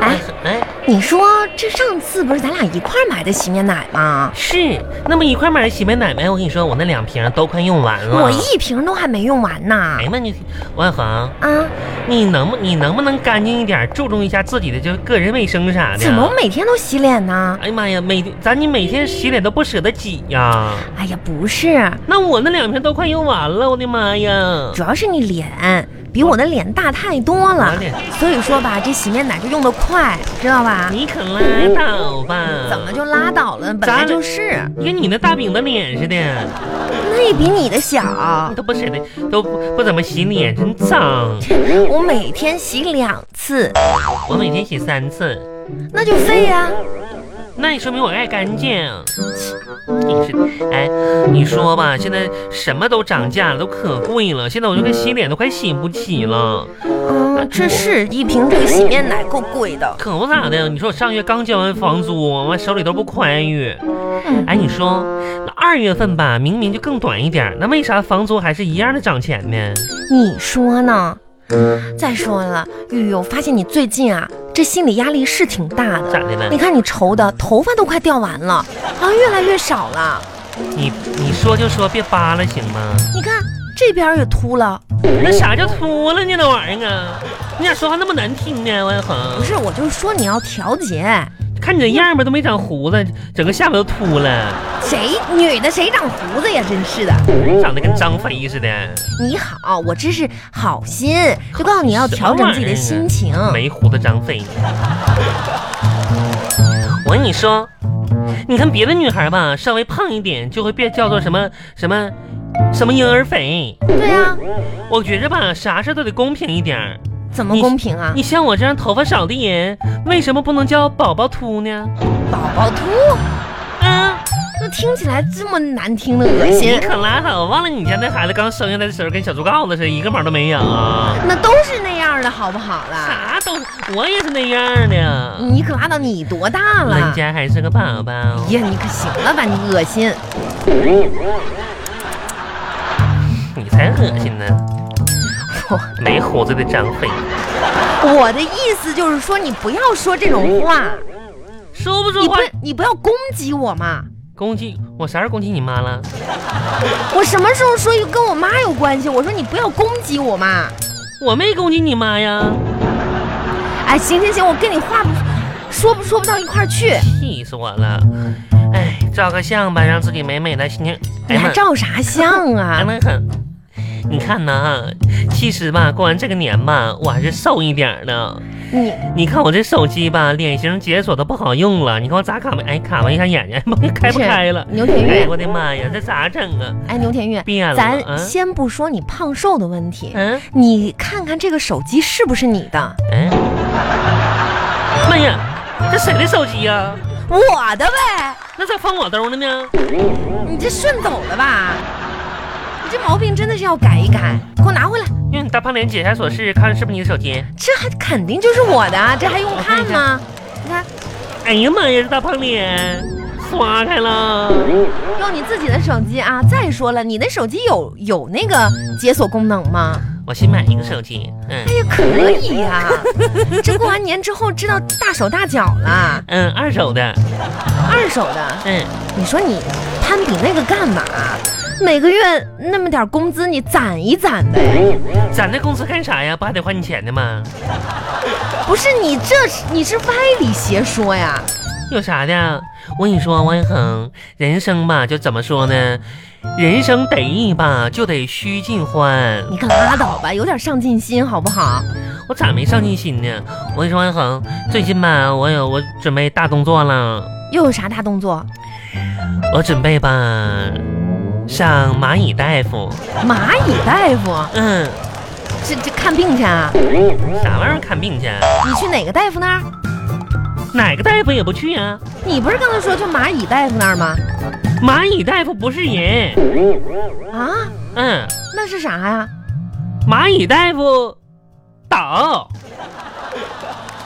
哎你说这上次不是咱俩一块儿买的洗面奶吗？是，那么一块买的洗面奶呗。我跟你说，我那两瓶都快用完了。我一瓶都还没用完呢哎。呀妈，你万恒，啊，你能不你能不能干净一点，注重一下自己的就是个人卫生啥的？怎么每天都洗脸呢？哎呀妈呀，每咱你每天洗脸都不舍得挤呀。哎呀，不是，那我那两瓶都快用完了，我的妈呀！主要是你脸比我的脸大太多了我脸，所以说吧，这洗面奶就用得快，知道吧？你可拉倒吧！怎么就拉倒嗯了？本来就是，你跟你那大饼子脸似的，那也比你的小。都不舍得，都不不怎么洗脸，真脏。我每天洗两次，我每天洗三次，那就废啊呀、那也说明我爱干净。你是哎，你说吧，现在什么都涨价了，都可贵了。现在我就跟洗脸都快洗不起了，嗯，这是一瓶这个洗面奶够贵的。可不咋的。你说我上月刚交完房租，我手里头不宽裕。嗯哎，你说那二月份吧，明明就更短一点，那为啥房租还是一样的涨钱呢？你说呢？再说了，玉玉，我发现你最近啊，这心理压力是挺大咋的。的了你？看你愁的，头发都快掉完了，好像越来越少了。你你说就说，别扒拉行吗？你看这边也秃了，那啥叫秃了呢？那玩意儿啊！你咋说话那么难听呢？万恒，不是，我就说你要调节。看你这样吧，都没长胡子，整个下巴都秃了，谁女的谁长胡子呀？真是的。长得跟张飞似的。你好，我这是好心，就告诉你要什调么整自己玩意儿的心情。没胡子张飞。我跟你说，你看别的女孩吧，稍微胖一点就会被叫做什么什么什么婴儿肥。对啊，我觉着吧，啥事都得公平一点儿。怎么你公平啊？你像我这样头发少的人，为什么不能叫宝宝秃呢？宝宝秃，啊，那听起来这么难听的恶心你。可拉倒！忘了你家那孩子刚生下来的时候跟小猪羔子似的，一个毛都没有。那都是那样的，好不好啦？啥都，我也是那样的。你可拉倒，你多大了？人家还是个宝宝。哎呀，你可行了吧？你恶心！你才恶心呢！没胡子的张飞，我的意思就是说，你不要说这种话，嗯说不你出不话。你不要攻击我嘛！攻击我啥时候攻击你妈了？我什么时候说跟我妈有关系？我说你不要攻击我嘛！我没攻击你妈呀！哎，行行行，我跟你话不说不说不到一块儿去，气死我了！哎，照个相吧，让自己美美的心情。哎你呀妈还，照啥相哎啊？妈很。你看呐，其实吧，过完这个年吧，我还是瘦一点儿的。你你看我这手机吧，脸型解锁都不好用了。你看我咋卡没？哎，卡完一下眼睛， 不开不开了。牛田哎，玉，我的妈呀，这咋整啊？哎，牛田玉，变了咱啊先不说你胖瘦的问题，嗯你看看这个手机是不是你的？嗯，妈哎呀，这谁的手机呀、我的呗。那咋放我兜了呢？你这顺走了吧？你这毛病真的是要改一改，给我拿回来。用你大胖脸解下锁试试看是不是你的手机？这还肯定就是我的啊，这还用看吗？你看，哎呀妈呀，这大胖脸刷开了。用你自己的手机啊。再说了，你的手机有有那个解锁功能吗？我新买一个手机，嗯哎呀，可以呀、这过完年之后知道大手大脚了，嗯，二手的，二手的，嗯，你说你攀比那个干嘛？每个月那么点工资，你攒一攒呗。攒那工资干啥呀？不还得还你钱的吗？不是你这是你是歪理邪说呀？有啥的？我跟你说，王一恒，人生吧，就怎么说呢？人生得意吧，就得须尽欢。你可拉倒吧，有点上进心好不好？我咋没上进心呢？我跟你说，王一恒，最近吧，我有我准备大动作了，又有啥大动作？我准备吧上蚂蚁大夫。蚂蚁大夫，嗯，这这看病去啊？啥玩意儿看病去？啊你去哪个大夫那儿？哪个大夫也不去啊？你不是刚才说去蚂蚁大夫那儿吗？蚂蚁大夫不是人。啊，嗯，那是啥呀？蚂蚁大夫倒。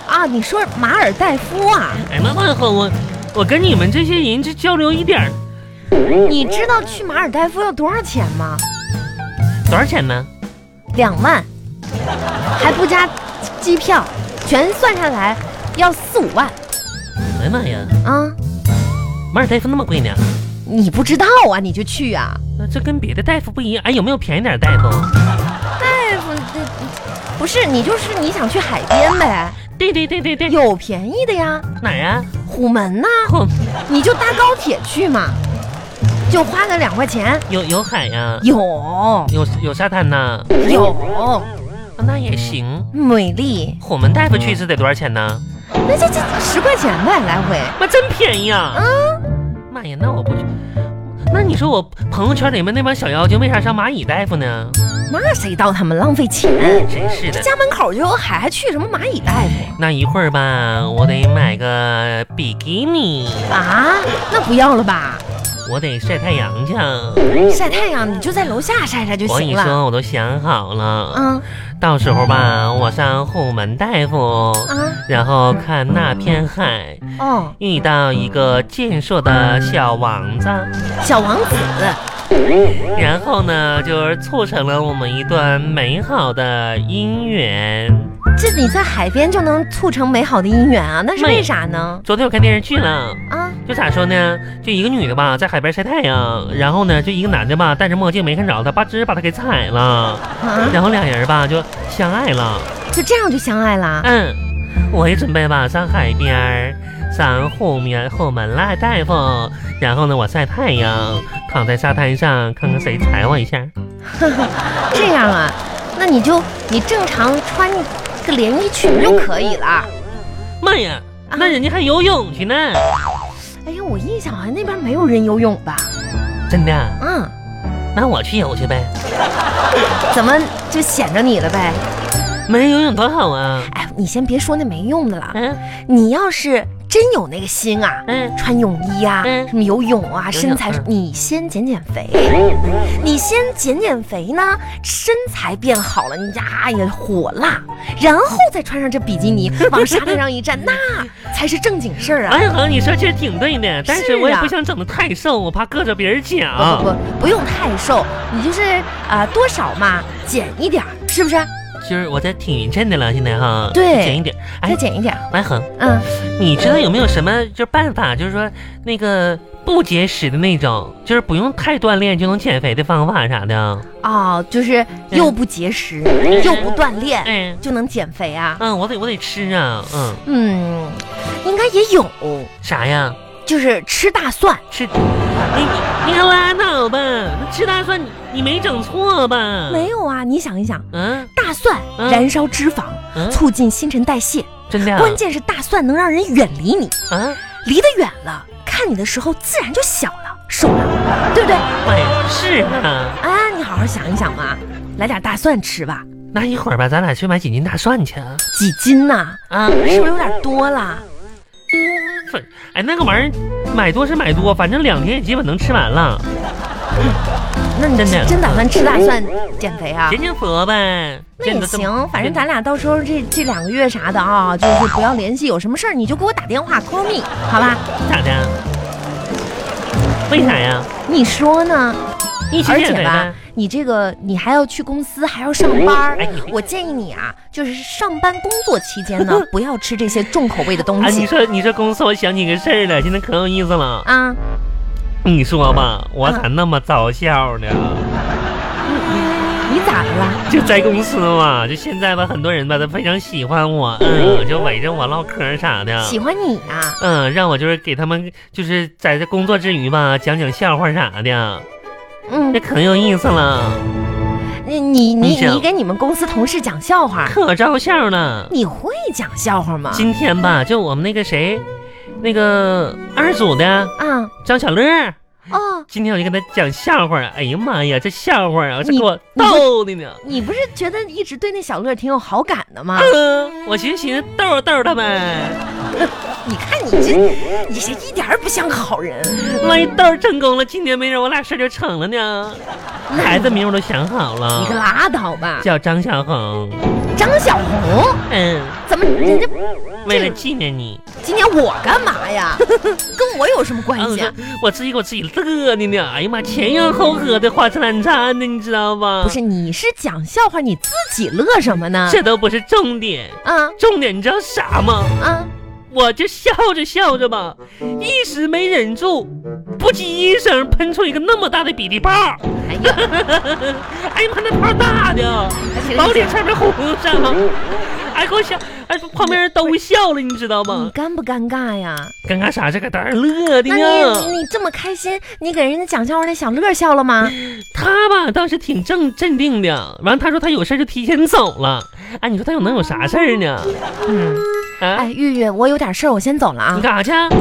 啊，你说马尔代夫啊？哎妈，万恒，我我跟你们这些人这交流一点儿你知道去马尔代夫要多少钱吗？多少钱呢？两万，还不加机票，全算下来要四五万。哎呀妈呀，啊，马尔大夫那么贵呢？你不知道啊，你就去啊。那这跟别的大夫不一样。哎，有没有便宜点的大夫？大夫，这不是你就是你想去海边呗？对对对对对，有便宜的呀，哪儿啊？虎门呐、嚯你就搭高铁去嘛，就花个两块钱。有有海呀、有有有沙滩呐、有，啊那也行。美丽，虎门大夫去是得多少钱呢？那这这十块钱呗，来回。妈真便宜啊！嗯妈呀，那我不去。那你说我朋友圈里面那帮小妖精为啥上蚂蚁大夫呢？那谁到他们浪费钱？真是的。家门口就有海，还去什么蚂蚁大夫那一会儿吧，我得买个比基尼，啊？那不要了吧，我得晒太阳去。晒太阳你就在楼下晒晒就我跟行你了。说，我都想好了，嗯到时候吧，我上虎门大夫，啊然后看那片海，哦，遇到一个健硕的小王子，小王子，然后呢，就是促成了我们一段美好的姻缘。这你在海边就能促成美好的姻缘啊？那是为啥呢？昨天我看电视剧了，啊，就咋说呢？就一个女的吧，在海边晒太阳，然后呢，就一个男的吧，戴着墨镜没看着她，吧吱把她给踩了，啊，然后俩人吧就相爱了。就这样就相爱啦？嗯，我也准备吧上海边儿，上后面后门来大夫，然后呢，我晒太阳，躺在沙滩上，看看谁踩我一下。这样啊？那你就你正常穿个连衣裙就可以了。妈呀，啊那人家还游泳去呢，哎呀，我印象好像那边没有人游泳吧？真的？啊嗯，那我去游去呗，怎么就显着你了呗？没游泳多好啊！哎，你先别说那没用的了，嗯你要是真有那个心啊，嗯，穿泳衣啊，嗯什么游泳啊，泳身材嗯，你先减减肥，你先减减肥呢，身材变好了，你呀也火辣，然后再穿上这比基尼往沙滩上一站，那才是正经事儿啊！哎，好，你说这挺对的，但是是我也啊不想整的太瘦，我怕硌着别人不不脚。不，不用太瘦，你就是啊、呃多少嘛，减一点儿，是不是？今儿我在挺匀称的了，现在哈，对减一点儿。再哎，减一点儿，白恒，嗯，你知道有没有什么就是办法，就是说那个不节食的那种，就是不用太锻炼就能减肥的方法啥的？哦，就是又不节食，又不锻炼，哎，就能减肥啊？嗯，我得我得吃啊，嗯，嗯，应该也有，啥呀？就是吃大蒜。吃，你你可拉倒吧，吃大蒜你你没整错吧？没，有啊，你想一想，嗯大蒜嗯燃烧脂肪，嗯，促进新陈代谢，真的啊，关键是大蒜能让人远离你，啊，离得远了，看你的时候自然就小了，瘦了，对不对？妈哎呀，是啊。啊，你好好想一想嘛，来点大蒜吃吧，那一会儿吧，咱俩去买几斤大蒜去啊！几斤呐、啊，是不是有点多了？反哎，那个玩意儿买多是买多，反正两天也基本能吃完了，那你真的真打算吃大蒜减肥啊？减减肥呗。那也这这行，反正咱俩到时候这这两个月啥的啊、就是不要联系，有什么事儿你就给我打电话 call me，好吧？咋的？啊为啥呀？你说呢？一起而减且肥吧呗。，你这个你还要去公司，还要上班儿哎你。我建议你啊，就是上班工作期间 呢，不要吃这些重口味的东哎，你西说你说公司，我想起个事儿来，现在可有意思了。啊。你说吧，我咋那么招笑呢？你咋的了？ 就在公司嘛，就现在吧，很多人吧都非常喜欢我，嗯，就围着我唠嗑啥的。喜欢你啊？嗯，让我就是给他们，就是在这工作之余吧，讲讲笑话啥的，这嗯，可有意思了，你你你你想你给你们公司同事讲笑话，可招笑了。你会讲笑话吗？今天吧，就我们那个谁，那个二组的啊张小乐，哦，今天我就跟他讲笑话，哎呀妈呀，这笑话啊，这你给我逗的呢。你不是觉得一直对那小乐挺有好感的吗？嗯，我寻思寻思逗逗他们，你看你这，你这一点儿不像个好人。万一逗成功了，今天没准我俩事儿就成了呢。孩子名我都想好嗯你可了，拉倒吧，叫张小红。张小红，嗯，怎么人家为了纪念你。今年我干嘛呀？跟我有什么关啊，我系啊？我自己给我自己乐的呢，哎呀妈，前仰后合的，花枝乱颤的，你知道吧？不，是，啊你是讲笑话，你自己乐什么呢？这都不是重点，啊重点你知道啥吗？啊，我就笑着笑着吧，一时没忍住，不叽一声喷出一个那么大的比例泡。哎呀， 哎呀妈，那泡大的， 把我脸差点红上了。哎，给我笑，哎，旁边人都笑了，你知道你吗？尴不尴尬呀？尴尬啥？这搁当然乐的那呀。你你这么开心，你给人家讲笑话那小乐笑了吗？他吧倒是挺正镇定的，完了他说他有事儿就提前走了。哎，你说他有能有啥事儿呢？嗯，啊，哎哎，玉玉，我有点事儿，我先走了啊你。干啥去？